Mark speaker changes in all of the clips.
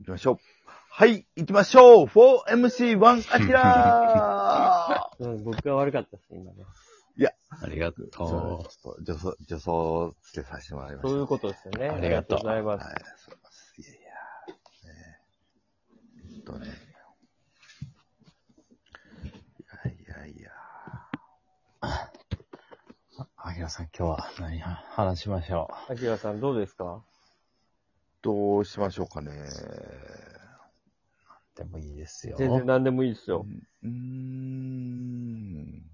Speaker 1: 行きましょう。はい、行きましょう !4MC1 アキラ
Speaker 2: うん、僕が悪かったです、今ね。
Speaker 3: あり が
Speaker 1: ーちょ
Speaker 3: と
Speaker 1: っと女装、女装つけさせてもらいました。
Speaker 2: そういうことですよね。
Speaker 3: ありがと
Speaker 2: ありがとう
Speaker 3: う
Speaker 2: ございま
Speaker 1: は
Speaker 2: す。
Speaker 1: い、そうです。いやいや、ねええっとね。いやいやいや。
Speaker 3: う。あきらさん、今日は何話しましょ
Speaker 2: アキラさんどうですか
Speaker 1: どうしましょうかね。
Speaker 3: う。でもいいですよ。
Speaker 2: 全然何でもいいですよ。
Speaker 1: うーん。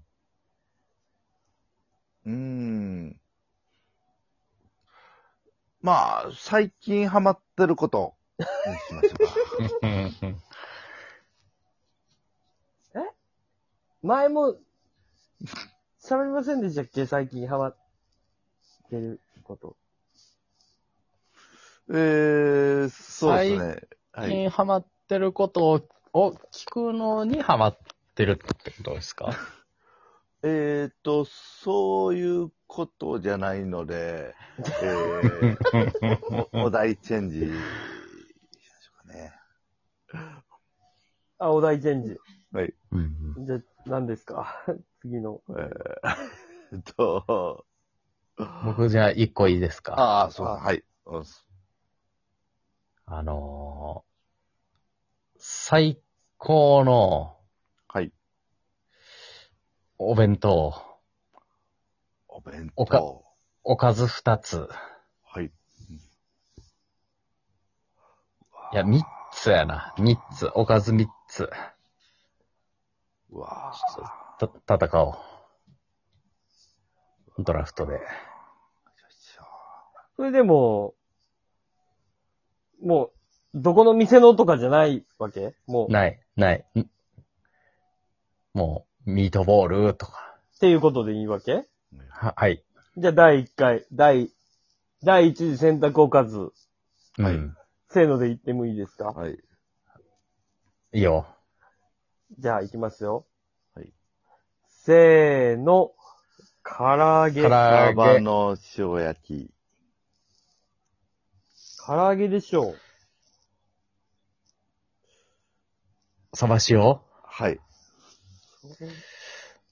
Speaker 1: うーん。まあ、最近ハマってることにしましょうか。
Speaker 2: 前も、喋りませんでしたっけ最近ハマってること。
Speaker 1: えー、そうですね。は
Speaker 3: 最
Speaker 1: い。
Speaker 3: 近ハマってることをを聞くのにハマってるってことですか
Speaker 1: えーと、そういうことじゃないので、えー、おお 題チェンジしましょうかね。
Speaker 2: あ、お題チェンジ。
Speaker 3: うん。
Speaker 2: じゃ、何ですか 次の。
Speaker 1: えー、と、
Speaker 3: 僕じゃあ一個いいですか
Speaker 1: ああ、そう、はい。お
Speaker 3: あのー、最高の
Speaker 1: はい。
Speaker 3: お弁当、
Speaker 1: お弁
Speaker 3: おか
Speaker 1: 当。
Speaker 3: おかず二つ、
Speaker 1: はい。
Speaker 3: いや、三つやな。三つ、おかず三つ、
Speaker 1: うわ
Speaker 3: ちょっとた、戦おう。ドラフトで。
Speaker 2: それでも、もう、どこの店のとかじゃないわけもう、っ
Speaker 3: ない、ない。んもう、ミートボールとか。
Speaker 2: ていうことでいいわけ
Speaker 3: は、はい。
Speaker 2: じゃあ第1回、第、第1次選択おかず、
Speaker 1: は
Speaker 3: はいい。
Speaker 2: せーので言ってもいいですか
Speaker 1: はい。
Speaker 3: いいよ。
Speaker 2: じゃあ、行きますよ。
Speaker 1: はい。
Speaker 2: せーの。唐揚げ。
Speaker 3: 唐
Speaker 2: 唐
Speaker 1: サ
Speaker 3: 揚
Speaker 1: バ
Speaker 3: げ。
Speaker 1: の塩焼き。
Speaker 2: 揚げでしょう。
Speaker 3: サバ塩
Speaker 1: はい。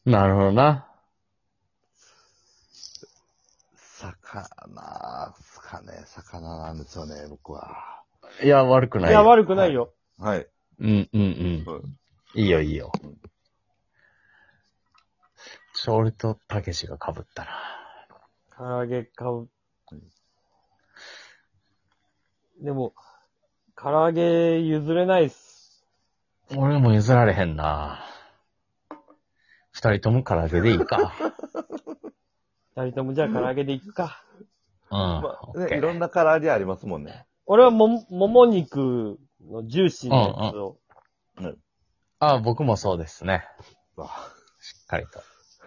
Speaker 3: なるほどな。
Speaker 1: 魚ですかね。魚なんですよね、僕は。
Speaker 3: いや、悪くない
Speaker 2: い
Speaker 3: よ。
Speaker 2: や、悪くないよ。
Speaker 1: はい。
Speaker 3: うん、うん、うん。いいよ、いいよ。ちょ、俺とたけしが被ったな。
Speaker 2: 唐揚げ買う。でも、唐揚げ譲れないっす。
Speaker 3: 俺も譲られへんな。二人とも唐揚げでいいか。
Speaker 2: 二人ともじゃあ唐揚げで行くか。
Speaker 3: うん。
Speaker 1: ま
Speaker 3: オ
Speaker 1: あ、
Speaker 3: ッ
Speaker 1: ね、
Speaker 3: ケー
Speaker 1: いろんな唐揚げありますもんね。
Speaker 2: 俺はも、もも肉のジューシーなやつを。
Speaker 3: あ、僕もそうですね。
Speaker 1: わ
Speaker 3: しっかりと。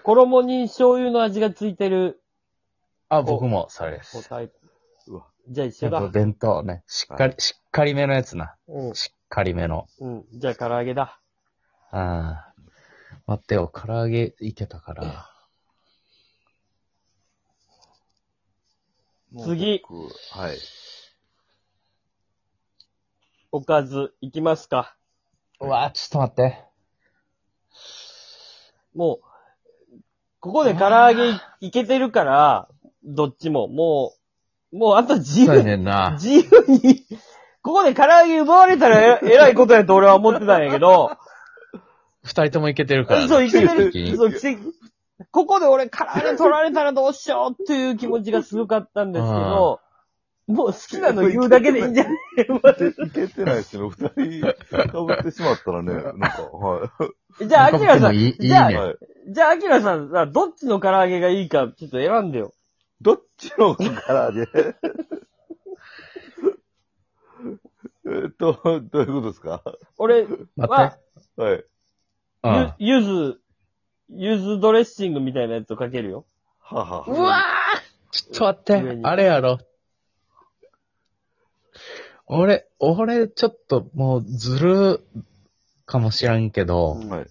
Speaker 2: 衣に醤油の味がついてる。
Speaker 3: あ、僕もそれで
Speaker 2: お
Speaker 3: す。
Speaker 2: タイプ
Speaker 1: うわ。
Speaker 2: じゃあ一
Speaker 3: や
Speaker 2: 緒
Speaker 3: っぱ
Speaker 2: だ。
Speaker 3: 弁当ね。しっかり、しっかりめのやつな。
Speaker 2: うん。
Speaker 3: しっかりめの。
Speaker 2: うん。じゃあ唐揚げだ。
Speaker 3: ああ。待ってよ、唐揚げいけたから。
Speaker 1: もう
Speaker 2: 次
Speaker 1: 僕はい。
Speaker 2: おかず、いきますか。
Speaker 3: うわ、ちょっと待って。
Speaker 2: もう、ここで唐揚げいいけてるから、どっちも、もう、もうあと自
Speaker 3: そう
Speaker 2: 由に、
Speaker 3: やねんな。
Speaker 2: 自由に、ここで唐揚げ奪われた らええらいことやと俺は思ってたんやけど、
Speaker 3: 二人ともいけてるからね。
Speaker 2: そう、いけて
Speaker 3: 奇跡
Speaker 2: る、
Speaker 3: に
Speaker 2: そう、奇跡。ここで俺唐揚げ取られたらどうしようっていう気持ちがすごかったんですけど、もう好きなの言うだけでいいんじゃ ない
Speaker 1: いけてないですね。二人、被ってしまったらね、なんか、はい。
Speaker 2: じゃあ、アキラさん、
Speaker 3: いいいいね
Speaker 2: じゃあ、
Speaker 3: はい
Speaker 1: はい。
Speaker 2: じゃあ、アキラさんさ、どっちの唐揚げがいいかちょっと選んでよ。
Speaker 1: どっちの唐揚げ えっと、どういうことですか
Speaker 2: 俺
Speaker 3: 待っ
Speaker 2: は
Speaker 3: て、。
Speaker 1: はい。
Speaker 3: うん。
Speaker 2: ゆ、ゆず、ゆずドレッシングみたいなやつをかけるよ。
Speaker 1: はあはあ
Speaker 3: うわーちょっと待
Speaker 2: 上
Speaker 3: って
Speaker 2: に、
Speaker 3: あれやろ。俺、俺、ちょっともうずるかもしらんけど、
Speaker 1: はい。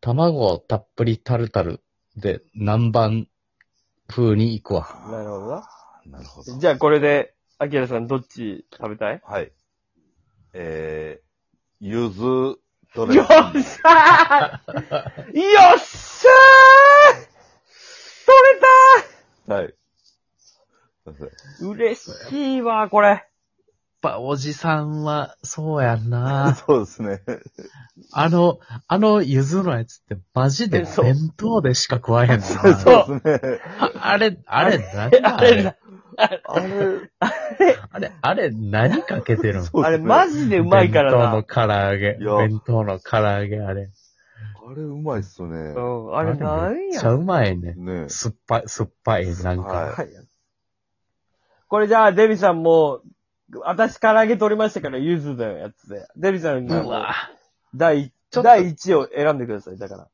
Speaker 3: 卵をたっぷりタルタルで南蛮風に行くわ。
Speaker 2: なるほどな。
Speaker 1: なるほど。
Speaker 2: じゃあこれで、アキラさんどっち食べたい
Speaker 1: はい。えー、ゆずドレ
Speaker 2: よっしゃーよっしゃー
Speaker 1: は
Speaker 2: 取
Speaker 1: い。すいません
Speaker 2: れた嬉しいわ、これ。
Speaker 3: やっぱおじさんは、そうやんな。
Speaker 1: そうですね。
Speaker 3: あの、あのゆずのやつってマジで
Speaker 2: そう
Speaker 3: 弁当でしか食わへん な。
Speaker 1: そうそうですね。
Speaker 3: ああれ、あれ、なんだ
Speaker 2: あ
Speaker 3: あれ、あ
Speaker 2: れ
Speaker 3: れ、
Speaker 1: あれ、
Speaker 3: あれ、何かけてるの
Speaker 1: そう
Speaker 2: あ
Speaker 1: ですね
Speaker 2: れマジでうまいからな
Speaker 3: 弁。当の唐揚げ。
Speaker 1: いや
Speaker 3: 弁当の唐揚げ、
Speaker 1: あ
Speaker 3: あれ。
Speaker 1: れうまいっすよね
Speaker 2: う。ん、あれなん
Speaker 3: めっ
Speaker 2: や
Speaker 3: ちゃうまいね。
Speaker 1: ね
Speaker 3: 酸っぱい、酸っぱい、なんか。
Speaker 1: はい
Speaker 2: はいこれじゃあ、デビさんも、私唐揚げ取りましたから、ゆずのやつで。デビさん
Speaker 3: う
Speaker 2: が、
Speaker 3: わ
Speaker 2: 第
Speaker 3: ち
Speaker 2: 一、
Speaker 3: ょっと
Speaker 2: 第一を選んでください、だから。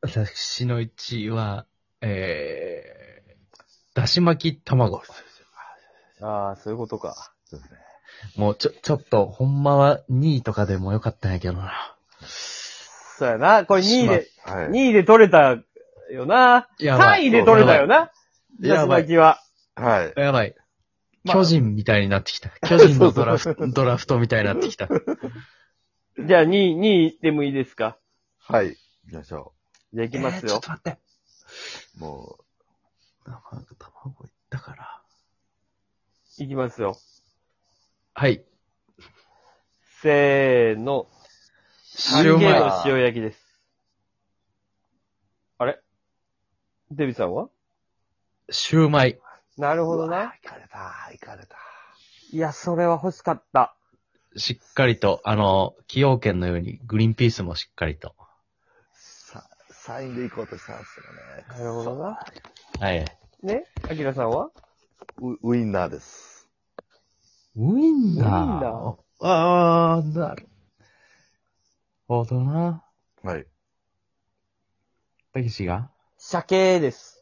Speaker 3: 私の1位は、えー、だし巻き卵。
Speaker 2: ああ、そういうことか。
Speaker 1: そうですね
Speaker 3: もうちょ、ちょっと、ほんまは2位とかでもよかったんやけどな。
Speaker 2: そうやな。これ2位で、
Speaker 1: はい。
Speaker 2: 2位で取れたよな。
Speaker 3: やば
Speaker 2: 3
Speaker 3: い
Speaker 2: 位で取れたよな。
Speaker 3: や
Speaker 2: 安
Speaker 3: ばい。
Speaker 2: 巻きは。
Speaker 1: はい。
Speaker 3: やばい。
Speaker 2: まあ
Speaker 3: 巨人みたいになってきた。 巨人のドラ
Speaker 1: そう
Speaker 3: フト、ドラフトみたいになって きた。
Speaker 2: じゃあ2位、2位でもいいですか。
Speaker 1: はい。行きましょ
Speaker 2: じゃあ行きます
Speaker 3: えーちょ
Speaker 2: よ
Speaker 3: っ。と待って。
Speaker 1: う。も
Speaker 3: 卵、卵いったから。
Speaker 2: 行きますよ。
Speaker 3: はい。
Speaker 2: せーの。
Speaker 1: あ
Speaker 2: シ
Speaker 1: れ
Speaker 3: 塩
Speaker 1: う
Speaker 2: ュ
Speaker 1: まい
Speaker 2: の
Speaker 3: 前。
Speaker 2: 塩焼きです。あれデビさんは
Speaker 3: シューマイ。
Speaker 2: なるほど
Speaker 1: う。
Speaker 2: な。
Speaker 1: 行かれた。行かれた。
Speaker 2: いや、それは欲しかった。
Speaker 3: しっかりと、あの、崎陽軒のように、グリーンピースもしっかりと。
Speaker 1: さ、3位で行こうとしたんですよね。
Speaker 2: なるほどな。
Speaker 3: はい。
Speaker 2: ねアキラさんは
Speaker 1: ウウインナーです。
Speaker 3: ウインナー。
Speaker 2: ウインナー
Speaker 3: ああ、なるほどな。
Speaker 1: はい。
Speaker 3: たけしが
Speaker 2: 鮭です。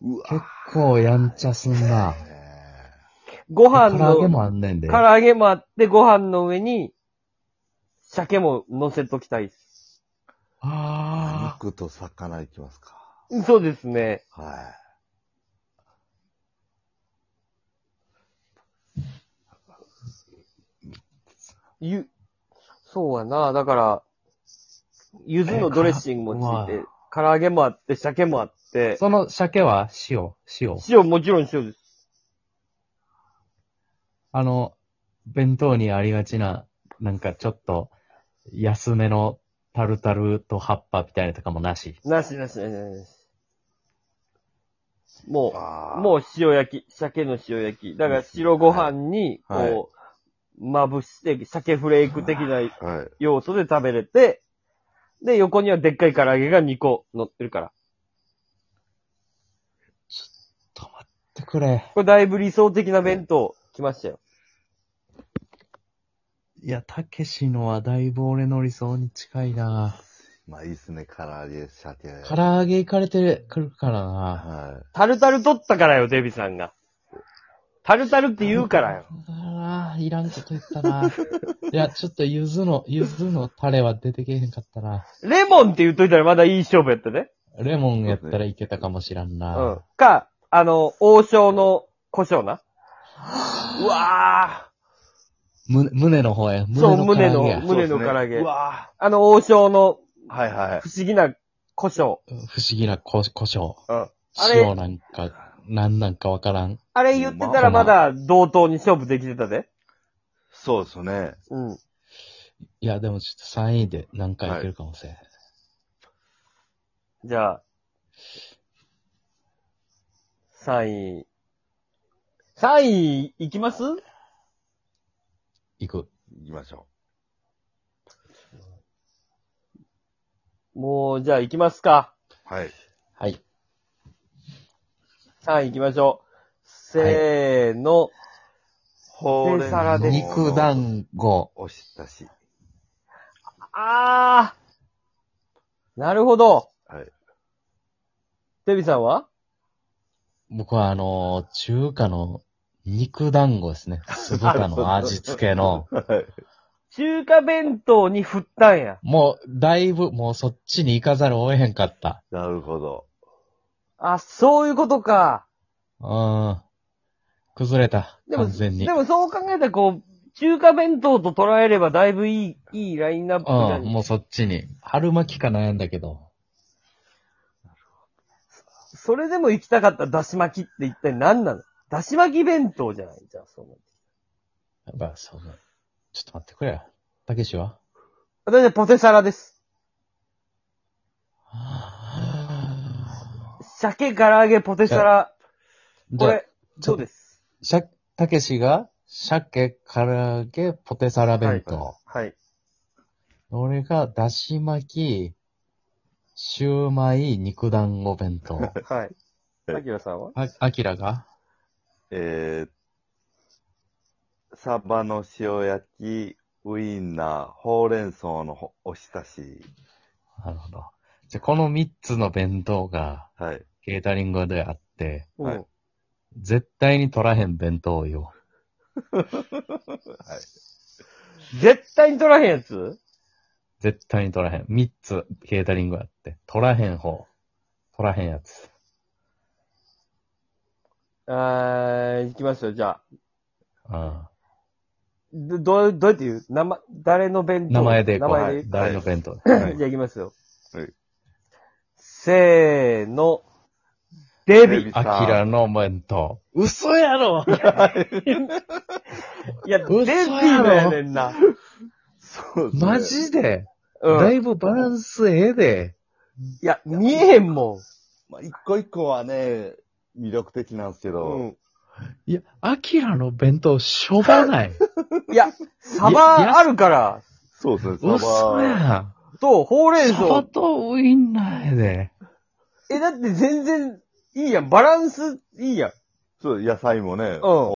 Speaker 1: うわ
Speaker 3: 結構やんちゃすんな。
Speaker 1: ねえ
Speaker 2: ご
Speaker 3: 唐
Speaker 2: 飯
Speaker 3: 揚げも
Speaker 2: の、
Speaker 3: あんねんで。
Speaker 2: 唐揚げもあって、ご飯の上に、鮭も乗せときたいです。
Speaker 3: あ
Speaker 1: 肉と魚いきますか。
Speaker 2: そうですね。
Speaker 1: は
Speaker 2: ゆ、そうやな。だから、柚子のドレッシングもつい
Speaker 3: え
Speaker 2: て、唐揚げもあって、鮭もあっ
Speaker 3: あ。
Speaker 2: て、
Speaker 3: その鮭は塩、塩。
Speaker 2: 塩もちろん塩です。
Speaker 3: あの、弁当にありがちな、なんかちょっと安めのタルタルと葉っぱみたいなとかもなし。
Speaker 2: なしなしなしなし。も
Speaker 1: い。あ
Speaker 2: う、
Speaker 1: ー
Speaker 2: もう塩焼き、鮭の塩焼き。だから白ご飯に、こう、
Speaker 1: はい
Speaker 2: まぶして、鮭フレーク的な
Speaker 1: はい。
Speaker 2: 要素で食べれて、で、横にはでっかい唐揚げが2個乗ってるから。
Speaker 3: 止まってくれ。
Speaker 2: これだいぶ理想的な弁当、来ましたよ。
Speaker 3: いや、たけしのはだいぶ俺の理想に近いな。
Speaker 1: まあいいっすね、唐揚げ、鮭。
Speaker 3: 唐揚げいかれてくるからな。
Speaker 1: は
Speaker 2: タルタル取ったからよ、デビさんが。タルタルって言うからよ。
Speaker 3: ああ、いらんこと言ったな。いや、ちょっとゆずの、ゆずのタレは出てけへんかったな。
Speaker 2: レモンって言っといたらまだいい勝負やったね。
Speaker 3: レモンやったらいけたかもしらん
Speaker 2: う
Speaker 3: な。
Speaker 2: ん。か、あの、王将の胡椒な。うわ
Speaker 3: む胸の方や。
Speaker 2: ーそう、
Speaker 3: 胸
Speaker 2: 胸の
Speaker 3: の唐揚げや、
Speaker 1: い。
Speaker 2: 胸の唐揚げ。
Speaker 1: うわ
Speaker 2: あの、王将の
Speaker 1: ぁ。はいはい。
Speaker 2: 不思議な胡椒。
Speaker 3: 不思議なこ胡椒。
Speaker 2: うん。あれ
Speaker 3: 塩なんか、なんなんかわからん。
Speaker 2: あれ言ってたらまだ同等に勝負できてたで。
Speaker 1: そうですね。
Speaker 2: うん。
Speaker 3: いや、でもちょっと3位で何回いけるかもしれん。
Speaker 2: じゃあ、3位。3位、いきます
Speaker 3: い、く。
Speaker 1: 行きましょ
Speaker 2: もう、じゃあ行きますか。
Speaker 1: う。はい。
Speaker 3: はい。
Speaker 2: 3位行きましょう。せーの。
Speaker 1: ほ
Speaker 2: でサラダです
Speaker 3: 肉団子。
Speaker 1: おひたし。
Speaker 2: あーなるほど。
Speaker 1: はい。
Speaker 2: デビさんは
Speaker 3: 僕はあのー中華の肉団子ですね。酢豚の味付けの。
Speaker 1: はい。
Speaker 2: 中華弁当に振ったんや。
Speaker 3: もう、だいぶ、もうそっちに行かざるを得へんかった。
Speaker 1: なるほど。
Speaker 2: あ、そういうことか。
Speaker 3: うん。崩れた。
Speaker 2: でも、
Speaker 3: 完全に。
Speaker 2: で
Speaker 3: あ
Speaker 2: もそう考えたらこう、中華弁当と捉えればだいぶいい、いいラインナップじゃ
Speaker 3: あ、
Speaker 2: ん。
Speaker 3: もうそっちに。春巻きか悩んだけど。
Speaker 2: それでも行きたかっただし巻きって一体何なのだし巻き弁当じゃないじゃあ、その。
Speaker 3: やっぱ、そうね。ちょっと待ってくれよ。たけしは
Speaker 2: 私はポテサラです。鮭唐揚げポテサラ。こ
Speaker 3: じゃあ
Speaker 2: れ、
Speaker 3: ちょ
Speaker 2: そうです。
Speaker 3: しゃ、たけしが、鮭、唐揚げ、ポテサラ弁当。
Speaker 2: はい。
Speaker 3: 俺が、だし巻き、シューマイ、肉団子弁 当。
Speaker 2: はい。あきらさんは
Speaker 3: あ、あきらが
Speaker 1: えー、サバの塩焼き、ウインナー、ほうれん草のほおひたし。
Speaker 3: なるほど。じゃ、この3つの弁当が、
Speaker 1: はい。
Speaker 3: ケータリングであって、
Speaker 1: はい
Speaker 2: うん
Speaker 3: 絶対に取らへん弁当よ。
Speaker 2: 絶対に取らへんやつ
Speaker 3: 絶対に取らへん。3つ、ケータリングあって。取らへん方。取らへんやつ。
Speaker 2: あー、行きますよ、じゃあ。
Speaker 3: うん。
Speaker 2: ど、どう、どうやって言う名前、誰の弁当
Speaker 3: 名前でいこ
Speaker 2: 名
Speaker 3: う、
Speaker 2: 前
Speaker 1: は
Speaker 2: で
Speaker 1: い
Speaker 2: 言う
Speaker 3: 誰の弁当で。
Speaker 1: はい
Speaker 2: じゃあ行きますよ。
Speaker 1: はい
Speaker 2: せーの。デビ。
Speaker 1: ビ
Speaker 3: アキラの弁当。
Speaker 2: 嘘やろいや、デビ
Speaker 3: 嘘やろ
Speaker 2: ーだやねんな。
Speaker 1: そうですね
Speaker 3: マジで、
Speaker 2: う
Speaker 3: だ
Speaker 2: ん。い
Speaker 3: いぶバランスええで。
Speaker 2: や、見えへんも
Speaker 1: まあ、一個一個はね、魅力的なんですけ
Speaker 2: ん。
Speaker 1: ど、
Speaker 2: うん。
Speaker 3: いや、アキラの弁当しょば ない。
Speaker 2: いや、サバあるから、
Speaker 1: そうですね、サバ。
Speaker 3: 嘘や
Speaker 2: と、ほうれ
Speaker 3: ん。
Speaker 2: ん
Speaker 3: サバ
Speaker 2: 草。
Speaker 3: とウインナーやで。
Speaker 2: え、だって全然いいやん。バランスいいやん。
Speaker 1: そう、野菜もね、
Speaker 2: うん